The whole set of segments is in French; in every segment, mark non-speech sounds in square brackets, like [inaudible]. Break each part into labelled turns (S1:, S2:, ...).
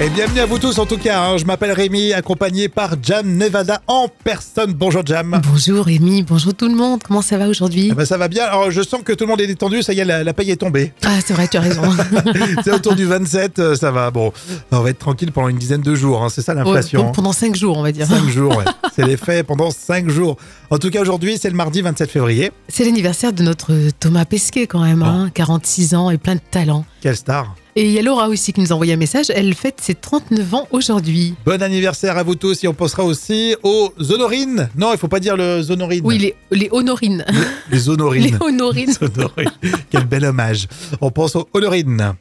S1: Et bienvenue à vous tous en tout cas, hein. je m'appelle Rémi, accompagné par Jam Nevada en personne. Bonjour Jam.
S2: Bonjour Rémi, bonjour tout le monde, comment ça va aujourd'hui
S1: Ah ben, ça va bien, alors je sens que tout le monde est détendu, ça y est, la, la paye est tombée.
S2: [laughs] Ah c'est vrai, tu as raison.
S1: bah, [laughs] C'est autour du 27, euh, ça va. Bon, on va être tranquille pendant une dizaine de jours, hein. c'est ça l'inflation.
S2: Donc, pendant 5 jours on va dire.
S1: 5 jours,
S2: [laughs]
S1: ouais. c'est les faits pendant 5 jours. En tout cas aujourd'hui, c'est le mardi 27 février.
S2: C'est l'anniversaire de notre Thomas Pesquet quand même,
S1: Ah.
S2: hein, 46 ans et plein de talent.
S1: Quelle star
S2: Et il y a Laura aussi qui nous a envoyé un message, elle fête ses 39 ans aujourd'hui.
S1: Bon anniversaire à vous tous et on pensera aussi aux honorines. Non, il faut pas dire le honorines.
S2: Oui, les, les honorines.
S1: les honorines.
S2: [laughs] Les
S1: [laughs]
S2: honorines.
S1: Honorine. Quel bel hommage. On pense aux Honorine.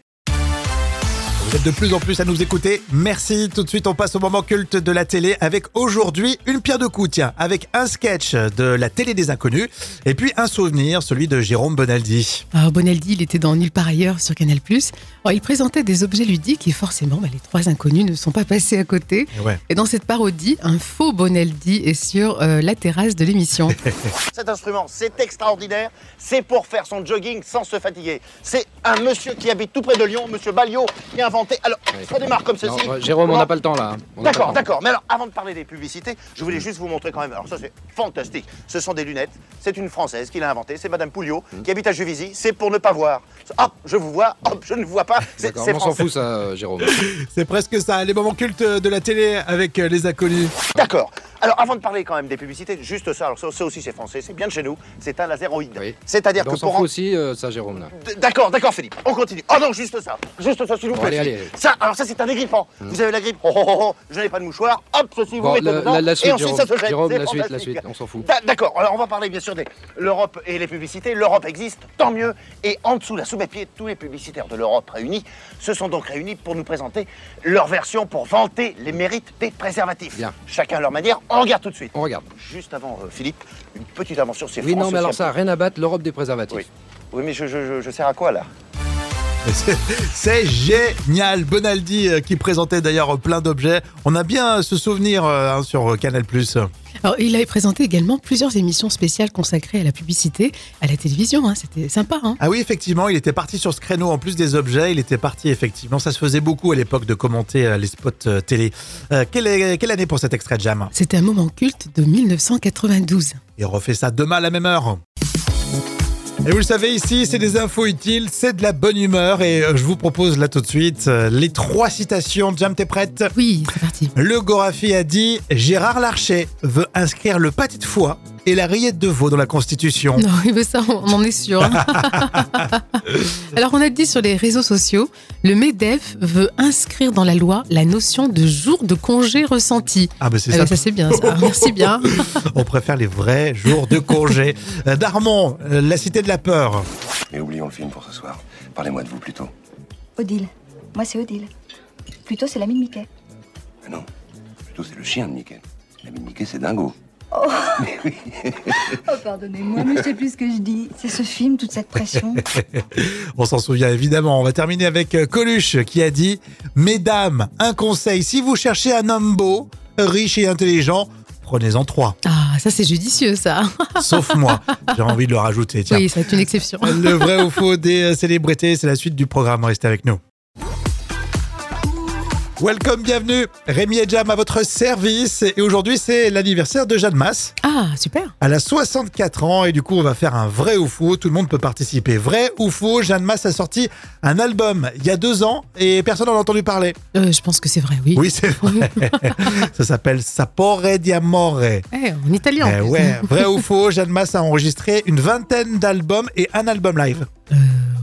S1: Vous êtes de plus en plus à nous écouter. Merci. Tout de suite, on passe au moment culte de la télé avec aujourd'hui une pierre de coups, tiens, avec un sketch de la télé des inconnus et puis un souvenir, celui de Jérôme Bonaldi.
S2: Alors, Ah, Bonaldi, il était dans Nulle part ailleurs sur Canal+. Alors, il présentait des objets ludiques et forcément, bah, les trois inconnus ne sont pas passés à côté.
S1: Et ouais.
S2: Et dans cette parodie, un faux Bonaldi est sur euh, la terrasse de l'émission.
S3: Cet instrument, c'est extraordinaire. C'est pour faire son jogging sans se fatiguer. C'est un monsieur qui habite tout près de Lyon, monsieur Balliot, qui a inventé. Alors, ça démarre comme ceci.
S4: Non, Jérôme, on n'a pas le temps là. hein. On n'a pas
S3: D'accord,
S4: le temps.
S3: d'accord. Mais alors, avant de parler des publicités, je voulais juste vous montrer quand même. Alors, ça, c'est fantastique. Ce sont des lunettes. C'est une Française qui l'a inventé. C'est Madame Pouliot,
S4: Hmm.
S3: qui habite à Juvisy. C'est pour ne pas voir. Hop, je vous vois. Hop, je ne vous
S4: [laughs]
S3: vois pas. C'est
S4: D'accord,
S3: c'est
S4: on s'en
S3: français.
S4: fout ça, euh, Jérôme.
S1: C'est presque ça, les moments cultes de la télé avec euh, les inconnus.
S3: D'accord. Alors, avant de parler quand même des publicités, juste ça. Alors, ça, ça aussi, c'est français. C'est bien de chez nous. C'est un laséroïde.
S4: Oui.
S3: C'est-à-dire
S4: Donc,
S3: que
S4: on s'en
S3: pour
S4: fout
S3: en-
S4: aussi, euh, ça, Jérôme là.
S3: D- D'accord, d'accord, Philippe. On continue. Oh non, juste ça. Juste ça, s'il vous
S4: Bon,
S3: plaît.
S4: allez,
S3: Philippe.
S4: allez, allez.
S3: Ça, alors ça, c'est un égrippant. Vous avez la grippe. Oh, oh, oh, oh, je n'ai pas de mouchoir. Hop, ceci, vous
S4: Bon,
S3: mettez
S4: le-
S3: dedans.
S4: la- la suite,
S3: et ensuite,
S4: Jérôme.
S3: ça se jette.
S4: Jérôme,
S3: C'est
S4: la suite, la
S3: fantastique.
S4: suite, on s'en fout.
S3: Da- D'accord. Alors, on va parler bien sûr de l'Europe et les publicités. L'Europe existe, tant mieux. Et en dessous, la sous-pied, tous les publicitaires de l'Europe réunis se sont donc réunis pour nous présenter leur version pour vanter les mérites des préservatifs.
S4: Bien.
S3: Chacun à leur manière. On regarde tout de suite.
S4: On regarde.
S3: Juste avant, euh, Philippe, une petite invention, c'est
S4: Oui, non,
S3: France
S4: mais alors
S3: sociale.
S4: ça, rien à battre, l'Europe des préservatifs.
S3: Oui. Oui, mais je, je, je, je sers à quoi là
S1: C'est- C'est génial. Bonaldi euh, qui présentait d'ailleurs plein d'objets. On a bien euh, ce souvenir euh, hein, sur euh, Canal+.
S2: Alors, il a présenté également plusieurs émissions spéciales consacrées à la publicité, à la télévision. hein. C'était sympa. Hein
S1: Ah oui, effectivement, il était parti sur ce créneau. En plus des objets, il était parti, effectivement. Ça se faisait beaucoup à l'époque de commenter euh, les spots euh, télé. Euh, quelle, est- quelle année pour cet extrait de Jam
S2: C'était un moment culte de 1992.
S1: Et on refait ça demain à la même heure. Et vous le savez, ici, c'est des infos utiles, c'est de la bonne humeur. Et euh, je vous propose là tout de suite euh, les trois citations. Jam, t'es prête
S2: Oui, c'est parti.
S1: Le Gorafi a dit Gérard Larcher veut inscrire le pâté de foie et la rillette de veau dans la Constitution.
S2: Non, oui, mais ça, on en
S1: [laughs]
S2: est sûr. Alors, on a dit sur les réseaux sociaux, le MEDEF veut inscrire dans la loi la notion de jour de congé ressenti.
S1: Ah, bah c'est
S2: Ah
S1: ça.
S2: oui, ça c'est bien, ça. Merci bien.
S1: [laughs] On préfère les vrais jours de congé. Euh, Darmon, euh, la cité de la peur.
S5: Mais oublions le film pour ce soir. Parlez-moi de vous plutôt.
S6: Odile. Moi, c'est Odile. Plutôt, c'est l'ami de Mickey.
S5: Ah non, plutôt c'est le chien de Mickey. L'ami de Mickey, c'est Dingo.
S6: Oh, pardonnez-moi, mais je sais plus ce que je dis. C'est ce film, toute cette pression.
S1: On s'en souvient évidemment. On va terminer avec euh, Coluche qui a dit Mesdames, un conseil, si vous cherchez un homme beau, riche et intelligent, prenez-en trois.
S2: Ah, ça c'est judicieux, ça.
S1: Sauf moi. J'ai envie de le rajouter. Tiens.
S2: Oui, ça va être une exception.
S1: [laughs] Le vrai ou faux des euh, célébrités, c'est la suite du programme. Restez avec nous. Welcome, bienvenue. Rémi et Jam à votre service. Et aujourd'hui, c'est l'anniversaire de Jeanne Masse.
S2: Ah, super.
S1: Elle a 64 ans et du coup, on va faire un vrai ou faux. Tout le monde peut participer. Vrai ou faux, Jeanne Masse a sorti un album il y a deux ans et personne n'en a entendu parler.
S2: Euh, je pense que c'est vrai, oui.
S1: Oui, c'est
S2: [laughs]
S1: vrai. Ça s'appelle Sapore di Amore.
S2: Eh, en italien. en
S1: Eh
S2: plus. hein.
S1: ouais, vrai ou faux, Jeanne Masse a enregistré une vingtaine d'albums et un album live.
S2: Ah,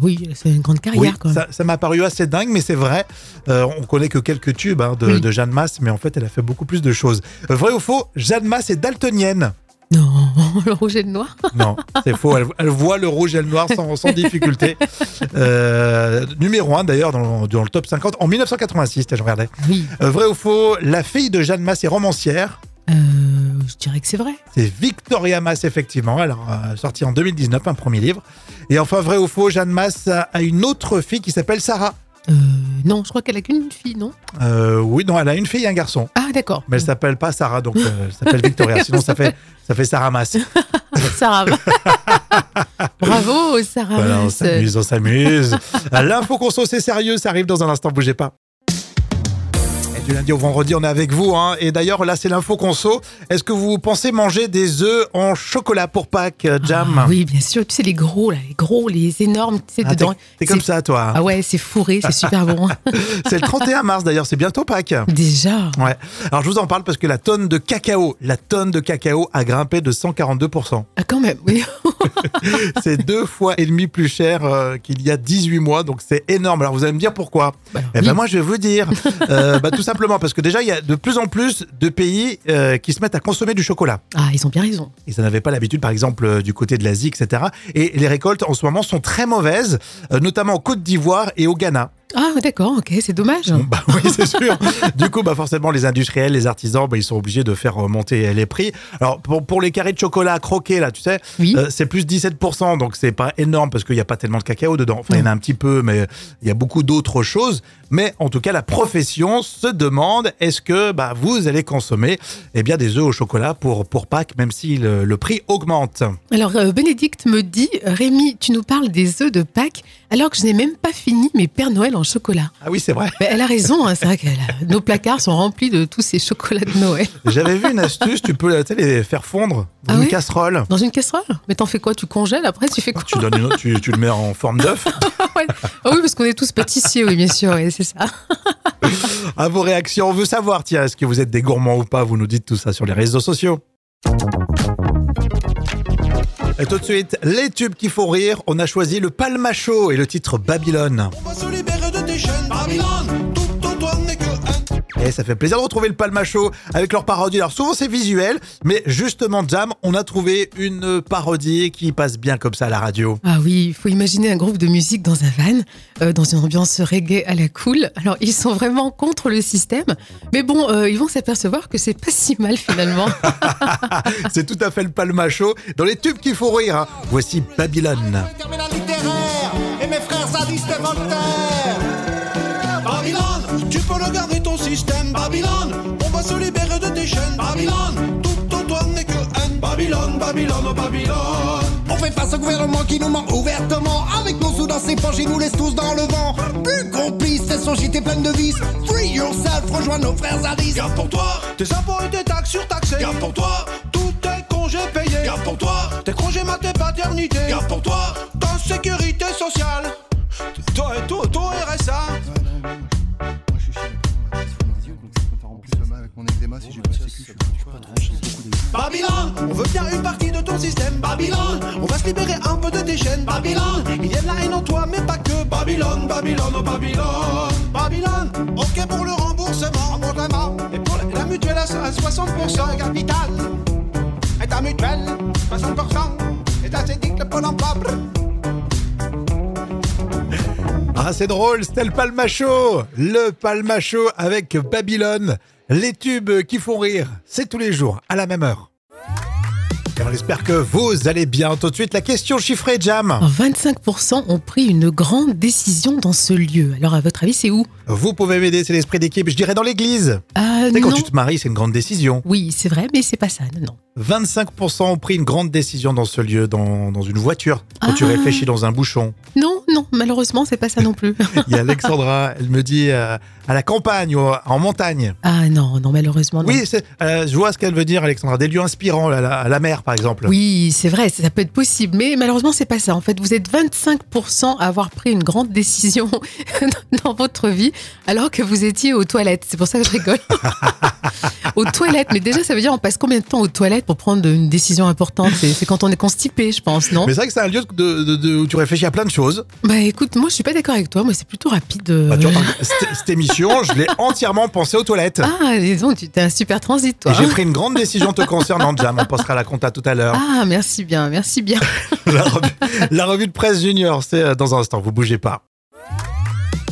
S2: Oui, c'est une grande carrière,
S1: Oui,
S2: quand même.
S1: ça- ça m'a paru assez dingue, mais c'est vrai. Euh, on connaît que quelques tubes hein, de,
S2: Oui.
S1: de Jeanne Masse, mais en fait, elle a fait beaucoup plus de choses. Euh, Vrai ou faux, Jeanne Masse est daltonienne.
S2: Non, [laughs] le rouge et le noir.
S1: Non, c'est faux. Elle, elle voit le rouge et le noir sans, sans difficulté. Euh, numéro 1 d'ailleurs dans, dans le top 50 en 1986, tiens, je regardais.
S2: Ah Oui,
S1: Euh, vrai ou faux, la fille de Jeanne Masse est romancière.
S2: euh, je dirais que c'est vrai.
S1: C'est Victoria Masse, effectivement. Elle a euh, sorti en 2019 un premier livre. Et enfin, vrai ou faux, Jeanne Masse a, a une autre fille qui s'appelle Sarah.
S2: Euh, non, je crois qu'elle a qu'une fille, non
S1: Euh, oui, non, elle a une fille et un garçon.
S2: Ah, d'accord. [laughs]
S1: Mais elle s'appelle pas Sarah, donc euh, elle s'appelle Victoria. Sinon, ça fait, ça fait Sarah Masse. [laughs]
S2: Sarah. Bravo, Sarah.
S1: Voilà, on
S2: Maas. [laughs]
S1: s'amuse, on s'amuse. L'info conso, c'est sérieux, ça arrive dans un instant, bougez pas. Du lundi au vendredi, on est avec vous. hein. Et d'ailleurs, là, c'est l'info conso. Est-ce que vous pensez manger des œufs en chocolat pour Pâques, euh, Jam
S2: Ah oui, bien sûr. Tu sais, les gros, là, les gros, les énormes, tu sais,
S1: Ah, t'es-
S2: dedans.
S1: T'es comme
S2: C'est-
S1: ça, toi.
S2: Ah ouais, c'est fourré, c'est
S1: [laughs]
S2: super bon. [laughs]
S1: C'est le 31 mars, d'ailleurs. C'est bientôt Pâques.
S2: Déjà.
S1: Ouais. Alors, je vous en parle parce que la tonne de cacao, la tonne de cacao a grimpé de 142%.
S2: Ah, quand même, oui.
S1: C'est deux fois et demi plus cher euh, qu'il y a 18 mois, donc c'est énorme. Alors vous allez me dire pourquoi
S2: Bah,
S1: Eh
S2: oui.
S1: ben moi je vais vous dire, Euh, bah, tout simplement parce que déjà il y a de plus en plus de pays euh, qui se mettent à consommer du chocolat.
S2: Ah, ils ont bien raison.
S1: Ils n'en avaient pas l'habitude, par exemple euh, du côté de l'Asie, etc. Et les récoltes en ce moment sont très mauvaises, euh, notamment en Côte d'Ivoire et au Ghana.
S2: Ah, d'accord, ok, c'est dommage.
S1: Bon, bah [laughs] oui, c'est sûr. du coup, bah forcément, les industriels, les artisans, bah, ils sont obligés de faire euh, monter les prix. Alors, pour, pour les carrés de chocolat croqués, là, tu sais,
S2: Oui.
S1: euh, c'est plus 17%, donc c'est pas énorme parce qu'il n'y a pas tellement de cacao dedans. Enfin, il y en a un petit peu, mais il y a beaucoup d'autres choses. Mais en tout cas, la profession se demande est-ce que bah, vous allez consommer eh bien, des œufs au chocolat pour, pour Pâques, même si le, le prix augmente
S2: Alors, euh, Bénédicte me dit Rémi, tu nous parles des œufs de Pâques alors que je n'ai même pas fini mes Pères Noël en chocolat.
S1: Ah oui, c'est vrai.
S2: Ben, elle a raison, hein, c'est vrai que nos placards sont remplis de tous ces chocolats de Noël.
S1: [laughs] J'avais vu une astuce tu peux tu sais, les faire fondre dans
S2: Ah
S1: une
S2: oui
S1: casserole.
S2: Dans une casserole Mais t'en fais quoi Tu congèles après Tu fais quoi
S1: Tu, donnes une autre- tu, tu le mets en forme d'œuf.
S2: Ouais. Ah oui, parce qu'on est tous pâtissiers, oui, bien sûr, ouais, c'est ça.
S1: À vos réactions, on veut savoir, tiens, est-ce que vous êtes des gourmands ou pas Vous nous dites tout ça sur les réseaux sociaux. Et tout de suite, les tubes qui font rire, on a choisi le Palmacho et le titre Babylone.
S7: On va se libérer de tes chaînes, Babylone. Tout autour n'est que un.
S1: Et ça fait plaisir de retrouver le Palmacho avec leurs parodies. Alors souvent c'est visuel, mais justement, Jam, on a trouvé une parodie qui passe bien comme ça à la radio.
S2: Ah oui, il faut imaginer un groupe de musique dans un van, euh, dans une ambiance reggae à la cool. Alors, ils sont vraiment contre le système, mais bon, euh, ils vont s'apercevoir que c'est pas si
S1: [laughs]
S2: mal finalement.
S1: C'est tout à fait le Palmacho dans les tubes qui font rire. hein. Voici Babylone.
S7: Terminal littéraire et mes frères sadistes et voltaires. Babylone, tu peux le garder ton système. Babylone, on va se libérer de tes chaînes. Babylone, tout autour n'est que haine. Babylone, Babylone, oh Babylone. On fait face au gouvernement qui nous ment ouvertement. Avec nos sous dans ses poches, il nous laisse tous dans le vent. Plus complice, c'est son JT pleine de vis. Free yourself, rejoins nos frères zadistes. Garde pour toi, tes impôts et tes taxes surtaxées. Garde pour toi, tous tes congés payés. Garde pour toi, tes congés mat et paternité. Garde pour toi, ta sécurité sociale. Toi et tout, tout RSA. Babylone, on veut bien une partie de ton système. Babylone, on va se libérer un peu de tes chaînes. Babylone, il y a de la haine en toi, mais pas que. Babylone, Babylone, oh Babylone. Babylone, ok pour le remboursement. Pour la mort et pour la, la mutuelle à so- à 60% capital. Et ta mutuelle, 60%. Et ta dit le pôle emploi. brr.
S1: Ah, c'est drôle, c'était le Palmacho Le Palmacho avec Babylone. Les tubes qui font rire, c'est tous les jours, à la même heure. Et on espère que vous allez bien. Tout de suite, la question chiffrée, Jam.
S2: Alors, 25% ont pris une grande décision dans ce lieu. Alors, à votre avis, c'est où
S1: Vous pouvez m'aider, c'est l'esprit d'équipe, je dirais dans l'église.
S2: Ah
S1: Tu sais,
S2: non.
S1: quand tu te maries, c'est une grande décision.
S2: Oui, c'est vrai, mais c'est pas ça, non, non.
S1: 25% ont pris une grande décision dans ce lieu, dans, dans une voiture, quand tu
S2: Ah.
S1: réfléchis dans un bouchon.
S2: Non, non, malheureusement, c'est pas ça non plus.
S1: Il y a Alexandra, elle me dit euh, à la campagne, ou en montagne.
S2: ah non, non, malheureusement, non.
S1: Oui, c'est- euh, je vois ce qu'elle veut dire, Alexandra. Des lieux inspirants, à la, à la mer, par exemple.
S2: Oui, c'est vrai, ça ça peut être possible, mais malheureusement, c'est pas ça. En fait, vous êtes 25% à avoir pris une grande décision [laughs] dans votre vie, alors que vous étiez aux toilettes. C'est pour ça que
S1: [laughs]
S2: je rigole. aux toilettes, mais déjà, ça veut dire on passe combien de temps aux toilettes pour prendre une décision importante C'est c'est quand on est constipé, je pense, non
S1: Mais c'est vrai que c'est un lieu de- de- de- où tu réfléchis à plein de choses.
S2: Bah écoute, moi, je suis pas d'accord avec toi. Moi, c'est plutôt rapide. euh.
S1: Bah, tu vois, par exemple, cette, cette émission, je l'ai entièrement pensée aux toilettes.
S2: ah, dis donc, tu as un super transit,
S1: Et
S2: toi.
S1: j'ai
S2: hein.
S1: pris une grande décision te concernant, Jam. On passera à la compta tout à l'heure.
S2: Ah, merci bien, merci bien.
S1: La, revue- la revue de presse junior, c'est euh, dans un instant. Vous bougez pas.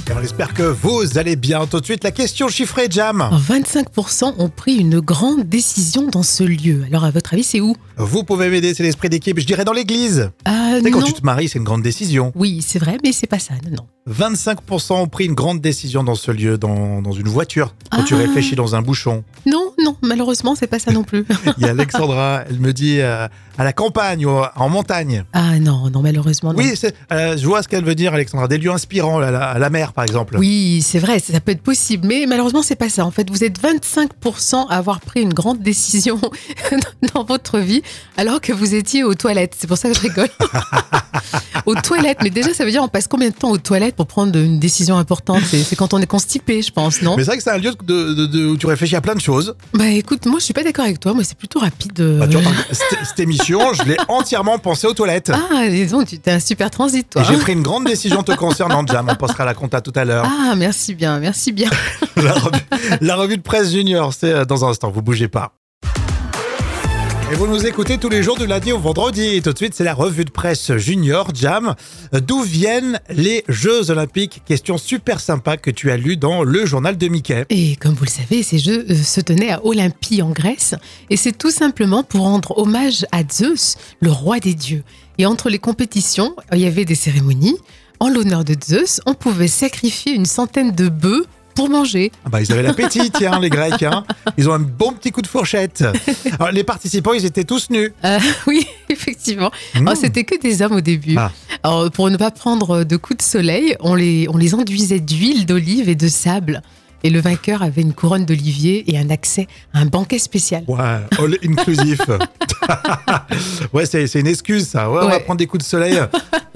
S1: Et on espère que vous allez bien. Tout de suite, la question chiffrée, Jam.
S2: 25% ont pris une grande décision dans ce lieu. Alors, à votre avis, c'est où
S1: Vous pouvez m'aider, c'est l'esprit d'équipe. Je dirais dans l'église.
S2: Ah,
S1: Tu sais, quand
S2: non.
S1: tu te maries, c'est une grande décision.
S2: Oui, c'est vrai, mais c'est pas ça, non, non.
S1: 25% ont pris une grande décision dans ce lieu, dans, dans une voiture, quand tu
S2: Ah.
S1: réfléchis dans un bouchon.
S2: Non, non, non, malheureusement, c'est pas ça non
S1: [laughs]
S2: plus.
S1: Il y a Alexandra, elle me dit euh, à la campagne ou en montagne.
S2: ah non, non, malheureusement. non.
S1: Oui, c'est- euh, je vois ce qu'elle veut dire, Alexandra. Des lieux inspirants, là, là, à la mer, par exemple.
S2: Oui, c'est vrai, ça peut être possible, mais malheureusement, c'est pas ça. En fait, vous êtes 25% à avoir pris une grande décision [laughs] dans votre vie, alors que vous étiez aux toilettes. C'est pour ça que
S1: [laughs]
S2: je rigole. aux toilettes, mais déjà, ça veut dire on passe combien de temps aux toilettes pour prendre une décision importante C'est c'est quand on est constipé, je pense, non
S1: Mais c'est vrai que c'est un lieu de- de- de- où tu réfléchis à plein de choses.
S2: Bah écoute, moi, je suis pas d'accord avec toi. Moi, c'est plutôt rapide. euh.
S1: Bah, tu vois, par- cette, cette émission, je l'ai
S2: [laughs]
S1: entièrement pensée aux toilettes.
S2: ah, dis donc, tu t'es un super transit,
S1: Et
S2: toi.
S1: j'ai
S2: hein.
S1: pris une grande décision te concernant, Jam. On passera à la compta tout à l'heure.
S2: Ah, merci bien, merci bien.
S1: [laughs] La revue, la revue de presse junior, c'est euh, dans un instant, vous bougez pas. Et vous nous écoutez tous les jours du lundi au vendredi. Et tout de suite, c'est la revue de presse junior, Jam. Euh, D'où viennent les Jeux Olympiques Question super sympa que tu as lue dans le journal de Mickey.
S2: Et comme vous le savez, ces Jeux euh, se tenaient à Olympie en Grèce, et c'est tout simplement pour rendre hommage à Zeus, le roi des dieux. Et entre les compétitions, euh, il y avait des cérémonies. En l'honneur de Zeus, on pouvait sacrifier une centaine de bœufs pour manger. [laughs]
S1: Ah Bah, ils avaient l'appétit, tiens, les Grecs. hein. Ils ont un bon petit coup de fourchette. Alors, les participants, ils étaient tous nus.
S2: Euh, oui, effectivement.
S1: Mmh.
S2: Oh, C'était que des hommes au début.
S1: Ah.
S2: Alors, pour ne pas prendre de coups de soleil, on les, on les enduisait d'huile d'olive et de sable. Et le vainqueur avait une couronne d'olivier et un accès à un banquet spécial.
S1: Ouais, all inclusif. [laughs] ouais, c'est c'est une excuse, ça. Ouais, On va
S2: Ouais.
S1: prendre des coups de soleil.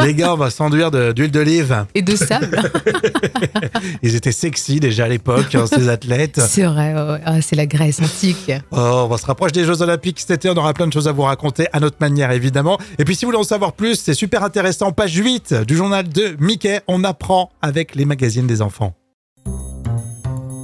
S1: Les gars, on va s'enduire de- d'huile d'olive.
S2: Et de sable.
S1: Ils étaient sexy déjà à l'époque, hein, ces athlètes.
S2: C'est vrai, ouais, ouais. Ah, c'est la Grèce antique.
S1: Oh, on se rapproche des Jeux Olympiques cet été, on aura plein de choses à vous raconter à notre manière évidemment. Et puis si vous voulez en savoir plus, c'est super intéressant. Page 8 du journal de Mickey, on apprend avec les magazines des enfants.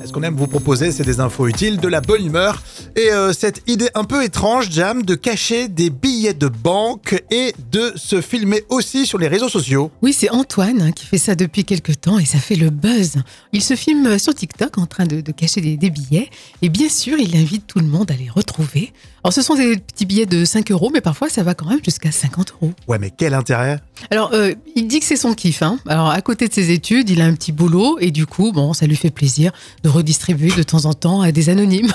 S1: Ce qu'on aime vous proposer, c'est des infos utiles, de la bonne humeur et euh, cette idée un peu étrange, Jam, de cacher des billets de banque et de se filmer aussi sur les réseaux sociaux.
S2: Oui, c'est Antoine hein, qui fait ça depuis quelque temps et ça fait le buzz. Il se filme sur TikTok en train de, de cacher des, des billets et bien sûr, il invite tout le monde à les retrouver. Alors, ce sont des petits billets de 5 euros, mais parfois, ça va quand même jusqu'à 50 euros.
S1: Ouais, mais quel intérêt
S2: Alors, euh, il dit que c'est son kiff. hein. Alors, à côté de ses études, il a un petit boulot et du coup, bon, ça lui fait plaisir de redistribuer de temps en temps à des
S1: [laughs]
S2: anonymes.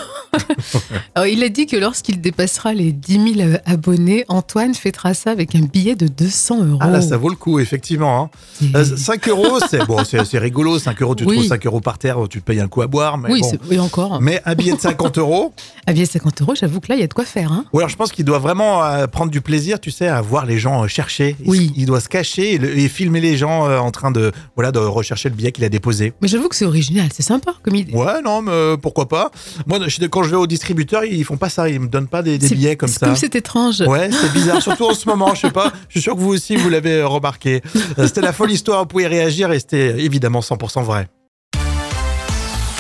S2: Alors, il a dit que lorsqu'il dépassera les 10 000 abonnés, Antoine fêtera ça avec un billet de 200 euros.
S1: Ah là, ça vaut le coup, effectivement. hein.
S2: Et-
S1: Euh, 5 euros, c'est bon, c'est c'est rigolo. 5 euros, tu
S2: Oui.
S1: trouves 5 euros par terre, tu te payes un coup à boire. Mais
S2: oui,
S1: bon.
S2: c'est- oui, encore.
S1: Mais un billet de 50 euros,
S2: Un billet de 50 euros, j'avoue que là, il y a de quoi faire. hein.
S1: ou alors je pense qu'il doit vraiment euh, prendre du plaisir, tu sais, à voir les gens euh, chercher. Il-
S2: Oui.
S1: Il doit se cacher et, le- et filmer les gens euh, en train de, voilà, de rechercher le billet qu'il a déposé.
S2: Mais j'avoue que c'est original, c'est sympa comme idée.
S1: Ouais, non, mais euh, pourquoi pas Moi, je- quand je vais au distributeur, ils font pas ça, ils me donnent pas des, des
S2: C'est-
S1: billets comme
S2: c'est
S1: ça.
S2: Comme c'est étrange.
S1: Ouais, c'est bizarre, surtout en ce moment, je sais pas. Je suis sûr que vous aussi, vous l'avez euh, remarqué. Euh, C'était la folle histoire, vous pouvez réagir et c'était euh, évidemment 100% vrai.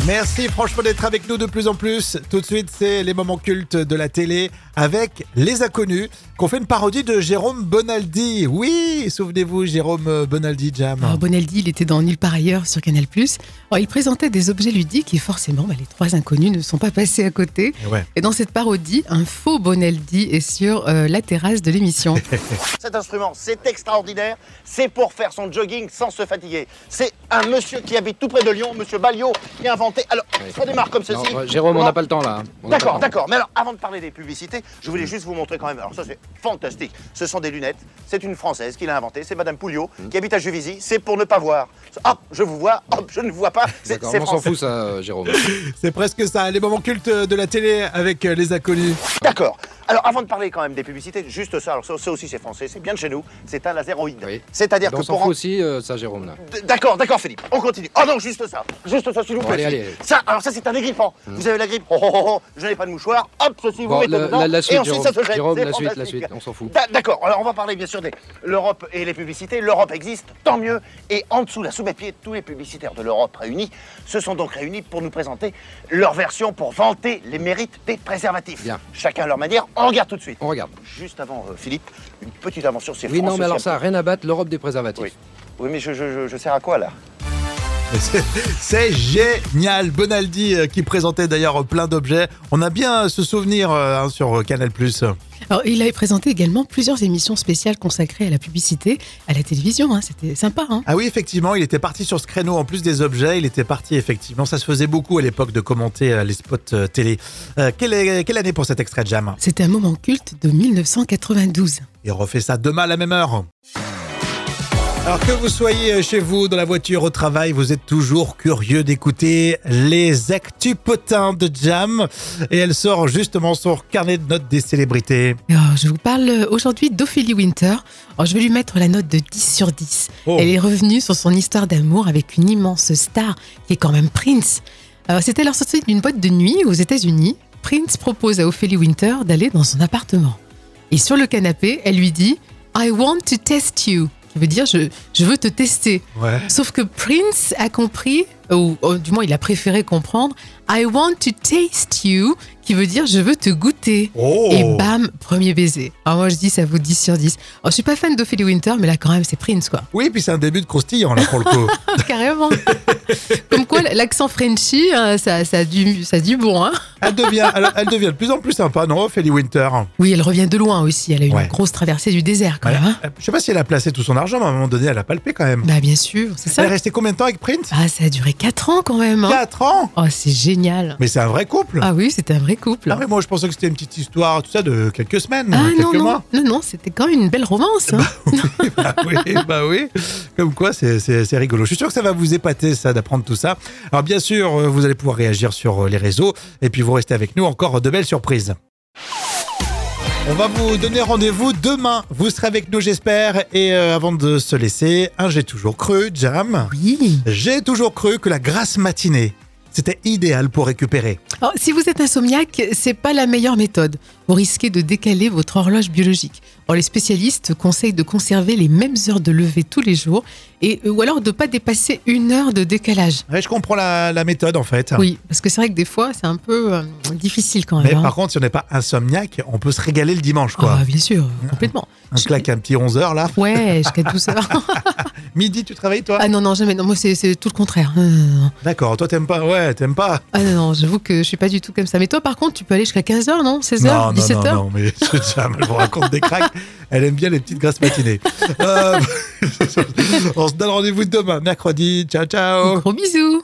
S1: Merci franchement d'être avec nous de plus en plus. Tout de suite, c'est les moments cultes de la télé avec Les Inconnus, qu'on fait une parodie de Jérôme Bonaldi. Oui, souvenez-vous, Jérôme euh, Bonaldi Jam.
S2: Alors, Bonaldi, il était dans Nulle part ailleurs sur Canal+. Alors, il présentait des objets ludiques et forcément, bah, les trois inconnus ne sont pas passés à côté.
S1: Et ouais.
S2: Et dans cette parodie, un faux Bonaldi est sur euh, la terrasse de l'émission.
S3: Cet instrument, c'est extraordinaire. C'est pour faire son jogging sans se fatiguer. C'est un monsieur qui habite tout près de Lyon, monsieur Balliot, qui a inventé. Alors,
S4: Oui.
S3: on démarre comme
S4: Non,
S3: ceci.
S4: ouais, Jérôme, on n'a pas le temps là. hein. On n'a pas le
S3: D'accord,
S4: temps.
S3: d'accord. Mais alors, avant de parler des publicités, je voulais juste vous montrer quand même. Alors, ça, c'est fantastique. Ce sont des lunettes. C'est une Française qui l'a inventé. C'est Madame Pouliot,
S4: Hmm.
S3: qui habite à Juvisy. C'est pour ne pas voir. Hop, je vous vois. Hop, je ne vous vois pas. C'est
S4: D'accord,
S3: c'est
S4: on s'en
S3: français.
S4: fout ça, euh, Jérôme.
S1: C'est presque ça, les moments cultes de la télé avec euh, Les Inconnus.
S3: D'accord. Alors, avant de parler quand même des publicités, juste ça. Alors, ça, ça aussi, c'est français. C'est bien de chez nous. C'est un laséroïde.
S4: Oui.
S3: C'est-à-dire
S4: On
S3: que
S4: s'en
S3: pour
S4: fout
S3: en-
S4: aussi, euh, ça, Jérôme là.
S3: D- D'accord, d'accord, Philippe. On continue. Oh non, juste ça. Juste ça, s'il vous
S4: Bon,
S3: plaît.
S4: allez,
S3: Philippe.
S4: allez.
S3: Ça, alors ça, c'est un dégrippant. Vous avez la grippe. Oh, oh, oh, oh. Je n'ai pas de mouchoir. Hop, ceci,
S4: Bon,
S3: vous mettez
S4: la,
S3: dedans.
S4: la- la suite,
S3: et ensuite,
S4: Jérôme.
S3: ça se jette.
S4: Jérôme,
S3: C'est
S4: la suite, la
S3: fantastique.
S4: suite, on s'en fout.
S3: Da- D'accord. Alors, on va parler bien sûr de l'Europe et les publicités. L'Europe existe, tant mieux. Et en dessous, la sous-mépied, tous les publicitaires de l'Europe réunis se sont donc réunis pour nous présenter leur version pour vanter les mérites des préservatifs.
S4: Bien.
S3: Chacun à leur manière. On regarde tout de suite.
S4: On regarde.
S3: Juste avant, euh, Philippe, une petite invention, c'est
S4: Oui, non,
S3: français,
S4: mais alors
S3: c'est-
S4: ça, rien à battre, l'Europe des préservatifs.
S3: Oui. Oui, mais je, je, je, je sers à quoi là
S1: C'est- [laughs] C'est génial. Bonaldi euh, qui présentait d'ailleurs plein d'objets. On a bien ce souvenir euh, hein, sur euh, Canal+.
S2: Alors, il a présenté également plusieurs émissions spéciales consacrées à la publicité, à la télévision. hein. C'était sympa. hein.
S1: Ah oui, effectivement, il était parti sur ce créneau. En plus des objets, il était parti, effectivement. Ça se faisait beaucoup à l'époque de commenter euh, les spots euh, télé. Euh, quelle, est- quelle année pour cet extrait de Jam
S2: C'était un moment culte de 1992.
S1: Et on refait ça demain à la même heure. Alors que vous soyez euh, chez vous, dans la voiture, au travail, vous êtes toujours curieux d'écouter les actus potins de Jam. Et elle sort justement son carnet de notes des célébrités.
S2: Alors, je vous parle aujourd'hui d'Ophélie Winter. Alors, je vais lui mettre la note de 10 sur 10.
S1: Oh.
S2: Elle est revenue sur son histoire d'amour avec une immense star qui est quand même Prince. Alors, C'était leur sortie d'une boîte de nuit aux États-Unis. Prince propose à Ophélie Winter d'aller dans son appartement. Et sur le canapé, elle lui dit I want to test you qui veut dire je, je veux te tester.
S1: Ouais.
S2: Sauf que Prince a compris, ou, ou du moins il a préféré comprendre I want to taste you qui veut dire je veux te goûter.
S1: Oh
S2: Et bam, premier baiser. Alors moi je dis ça vaut 10 sur 10. Alors, je suis pas fan d'Ophélie Winter, mais là quand même c'est Prince quoi.
S1: Oui, puis c'est un début de croustillant là pour le
S2: [laughs]
S1: coup.
S2: Carrément. Comme quoi l'accent Frenchy, hein, ça, ça, a du, ça a du bon. Hein
S1: Elle devient, elle, elle devient de plus en plus sympa, non, Ophélie Winter
S2: oui, elle revient de loin aussi. Elle a eu
S1: Ouais.
S2: une grosse traversée du désert quand même. hein.
S1: Euh, Je sais pas si elle a placé tout son argent, mais à un moment donné, elle a palpé quand même.
S2: bah bien sûr, c'est
S1: Elle est
S2: ça.
S1: restée combien de temps avec Prince
S2: Ah, ça a duré 4 ans quand même. hein.
S1: 4 ans
S2: Oh, c'est génial.
S1: Mais c'est un vrai couple
S2: Ah oui, c'était un vrai couple.
S1: Ah oui, moi je pensais que c'était une petite histoire, tout ça, de quelques semaines,
S2: Ah
S1: quelques
S2: non, non,
S1: mois.
S2: non, non, c'était quand même une belle romance. hein.
S1: bah oui, bah oui. Comme quoi, c'est- c'est c'est rigolo. Je suis sûr que ça va vous épater, ça, d'apprendre tout ça. Alors bien sûr, euh, vous allez pouvoir réagir sur euh, les réseaux, et puis vous restez avec nous, encore de belles surprises. On va vous donner rendez-vous demain. Vous serez avec nous, j'espère. Et euh, avant de se laisser, un j'ai toujours cru, Jam.
S2: Oui.
S1: J'ai toujours cru que la grasse matinée, c'était idéal pour récupérer.
S2: Alors, Oh, si vous êtes insomniaque, c'est pas la meilleure méthode. Vous risquez de décaler votre horloge biologique. Or, les spécialistes conseillent de conserver les mêmes heures de lever tous les jours et ou alors de pas dépasser une heure de décalage.
S1: Ouais, je comprends la, la méthode, en fait.
S2: Oui, parce que c'est vrai que des fois, c'est un peu euh, difficile quand
S1: Hein. Mais
S2: même. hein.
S1: par contre, si on n'est pas insomniaque, on peut se régaler le dimanche, quoi. Mmh.
S2: Ah, bien sûr, complètement.
S1: on se claque un petit 11h, là.
S2: Ouais, jusqu'à 12 heures.
S1: Midi, tu travailles, toi
S2: [laughs] ah non, non, jamais. Non, moi, c'est c'est tout le contraire. Non, non, non.
S1: D'accord, toi, t'aimes pas Ouais, t'aimes pas
S2: Ah non, non, j'avoue que je suis pas du tout comme ça. Mais toi, par contre, tu peux aller jusqu'à 15h, non 16h
S1: Non, non,
S2: 17h
S1: non, non, mais je, Jam, elle vous raconte des cracks. Elle aime bien les petites grasses matinées. [laughs] Euh, on se donne rendez-vous demain, mercredi. Ciao, ciao
S2: Gros bisous